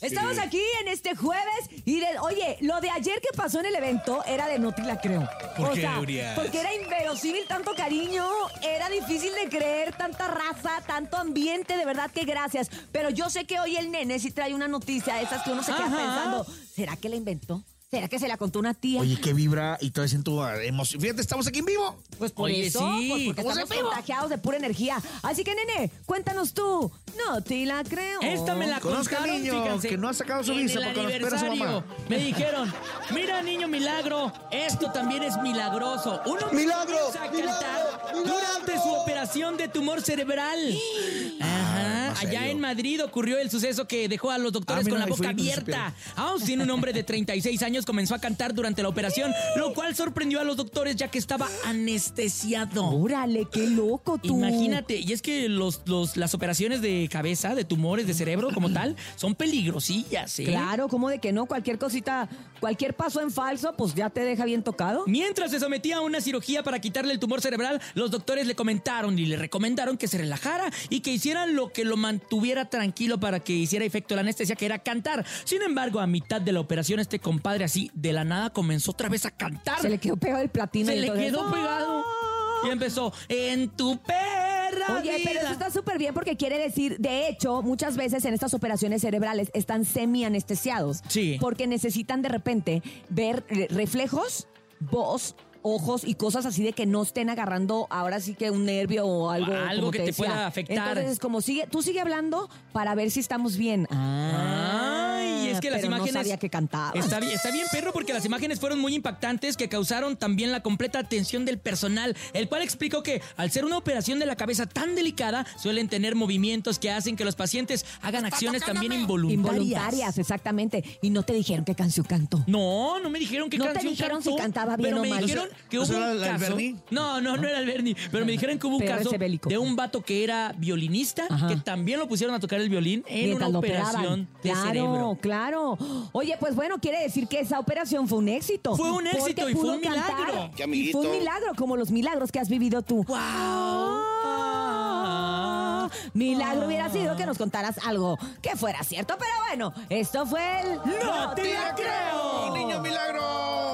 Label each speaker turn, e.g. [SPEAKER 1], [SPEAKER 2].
[SPEAKER 1] Estamos aquí en este jueves y de- oye, lo de ayer que pasó en el evento era de no te la creo.
[SPEAKER 2] ¿Por
[SPEAKER 1] o
[SPEAKER 2] qué,
[SPEAKER 1] sea,
[SPEAKER 2] Urias?
[SPEAKER 1] porque era inverosímil tanto cariño, era difícil de creer, tanta raza, tanto ambiente, de verdad que gracias. Pero yo sé que hoy el nene sí trae una noticia de esas que uno se queda
[SPEAKER 2] Ajá.
[SPEAKER 1] pensando, ¿será que la inventó? ¿Será que se la contó una tía?
[SPEAKER 3] Oye, qué vibra y todo eso en tu emoción. Fíjate, estamos aquí en vivo.
[SPEAKER 1] Pues por
[SPEAKER 2] Oye,
[SPEAKER 1] eso,
[SPEAKER 2] sí.
[SPEAKER 1] pues porque
[SPEAKER 3] Vamos
[SPEAKER 1] estamos
[SPEAKER 3] en vivo.
[SPEAKER 1] contagiados de pura energía. Así que, nene, cuéntanos tú. No te la creo.
[SPEAKER 2] Esta me la
[SPEAKER 3] Conozca al
[SPEAKER 2] contaron,
[SPEAKER 3] niño
[SPEAKER 2] fíjense,
[SPEAKER 3] que no ha sacado su
[SPEAKER 2] en
[SPEAKER 3] visa
[SPEAKER 2] el
[SPEAKER 3] porque lo espera su
[SPEAKER 2] aniversario.
[SPEAKER 3] mamá.
[SPEAKER 2] Me dijeron, mira niño milagro, esto también es milagroso. Uno
[SPEAKER 4] ¡Milagro!
[SPEAKER 2] empieza a
[SPEAKER 4] ¡Milagro!
[SPEAKER 2] cantar
[SPEAKER 4] ¡Milagro!
[SPEAKER 2] durante su operación de tumor cerebral. Ajá,
[SPEAKER 3] Ah, ¿más
[SPEAKER 2] allá
[SPEAKER 3] serio?
[SPEAKER 2] en Madrid ocurrió el suceso que dejó a los doctores
[SPEAKER 3] Ah,
[SPEAKER 2] con
[SPEAKER 3] mira,
[SPEAKER 2] la
[SPEAKER 3] ahí
[SPEAKER 2] boca
[SPEAKER 3] fue, no
[SPEAKER 2] abierta. Aún sin un hombre de 36 años comenzó a cantar durante la operación, lo cual sorprendió a los doctores ya que estaba anestesiado.
[SPEAKER 1] Órale, qué loco tú.
[SPEAKER 2] Imagínate, y es que los, los- las operaciones de cabeza, de tumores, de cerebro como tal, son peligrosillas, ¿eh?
[SPEAKER 1] Claro, como de que no, cualquier cosita, cualquier paso en falso, pues ya te deja bien tocado.
[SPEAKER 2] Mientras se sometía a una cirugía para quitarle el tumor cerebral, los doctores le comentaron y le recomendaron que se relajara y que hicieran lo que lo mantuviera tranquilo para que hiciera efecto la anestesia, que era cantar. Sin embargo, a mitad de la operación, este compadre así de la nada comenzó otra vez a cantar.
[SPEAKER 1] Se le quedó pegado el platino.
[SPEAKER 2] Se
[SPEAKER 1] y
[SPEAKER 2] le
[SPEAKER 1] entonces,
[SPEAKER 2] quedó
[SPEAKER 1] ¡ah!
[SPEAKER 2] pegado. Y empezó, en tu perra
[SPEAKER 1] Oye, pero
[SPEAKER 2] vida".
[SPEAKER 1] eso está súper bien porque quiere decir, de hecho, muchas veces en estas operaciones cerebrales están semi-anestesiados.
[SPEAKER 2] Sí.
[SPEAKER 1] Porque necesitan de repente ver eh, reflejos, voz, ojos y cosas así de que no estén agarrando ahora sí que un nervio o algo.
[SPEAKER 2] algo
[SPEAKER 1] como
[SPEAKER 2] que te
[SPEAKER 1] decía.
[SPEAKER 2] pueda afectar.
[SPEAKER 1] Entonces es como sigue, tú sigue hablando para ver si estamos bien.
[SPEAKER 2] Ay, es que las
[SPEAKER 1] Ah, pero
[SPEAKER 2] imágenes.
[SPEAKER 1] No sabía que cantaba.
[SPEAKER 2] Está bien, está bien, perro, porque las imágenes fueron muy impactantes que causaron también la completa atención del personal, el cual explicó que al ser una operación de la cabeza tan delicada, suelen tener movimientos que hacen que los pacientes hagan acciones también involuntarias.
[SPEAKER 1] Involuntarias, exactamente. Y no te dijeron qué canción cantó.
[SPEAKER 2] No, no me dijeron qué
[SPEAKER 1] No te
[SPEAKER 2] canción
[SPEAKER 1] dijeron
[SPEAKER 2] cantó,
[SPEAKER 1] si cantaba bien
[SPEAKER 2] pero
[SPEAKER 1] o
[SPEAKER 2] me
[SPEAKER 1] mal.
[SPEAKER 2] dijeron
[SPEAKER 1] ¿No
[SPEAKER 2] que
[SPEAKER 3] no
[SPEAKER 2] hubo
[SPEAKER 3] será
[SPEAKER 2] un
[SPEAKER 3] el
[SPEAKER 2] caso.
[SPEAKER 3] Alberni?
[SPEAKER 2] No, no, no era Alberni, pero me dijeron que hubo un
[SPEAKER 1] Pero
[SPEAKER 2] caso
[SPEAKER 1] ese bélico.
[SPEAKER 2] de un vato que era violinista
[SPEAKER 1] Ajá.
[SPEAKER 2] que también lo pusieron a tocar el violín en
[SPEAKER 1] Mientras
[SPEAKER 2] una
[SPEAKER 1] lo
[SPEAKER 2] operación
[SPEAKER 1] operaban.
[SPEAKER 2] de
[SPEAKER 1] claro,
[SPEAKER 2] cerebro.
[SPEAKER 1] claro. Oye, pues bueno, quiere decir que esa operación fue un éxito.
[SPEAKER 2] Fue un éxito
[SPEAKER 1] Porque
[SPEAKER 2] y fue
[SPEAKER 1] pudo
[SPEAKER 2] un
[SPEAKER 1] cantar.
[SPEAKER 2] milagro.
[SPEAKER 1] Y fue un
[SPEAKER 4] Qué amiguito.
[SPEAKER 1] milagro, como los milagros que has vivido tú.
[SPEAKER 2] ¡Wow!
[SPEAKER 1] Ah, Milagro hubiera sido que nos contaras algo que fuera cierto, pero bueno, esto fue el...
[SPEAKER 2] ¡No te la creo!
[SPEAKER 3] ¡Niño milagro!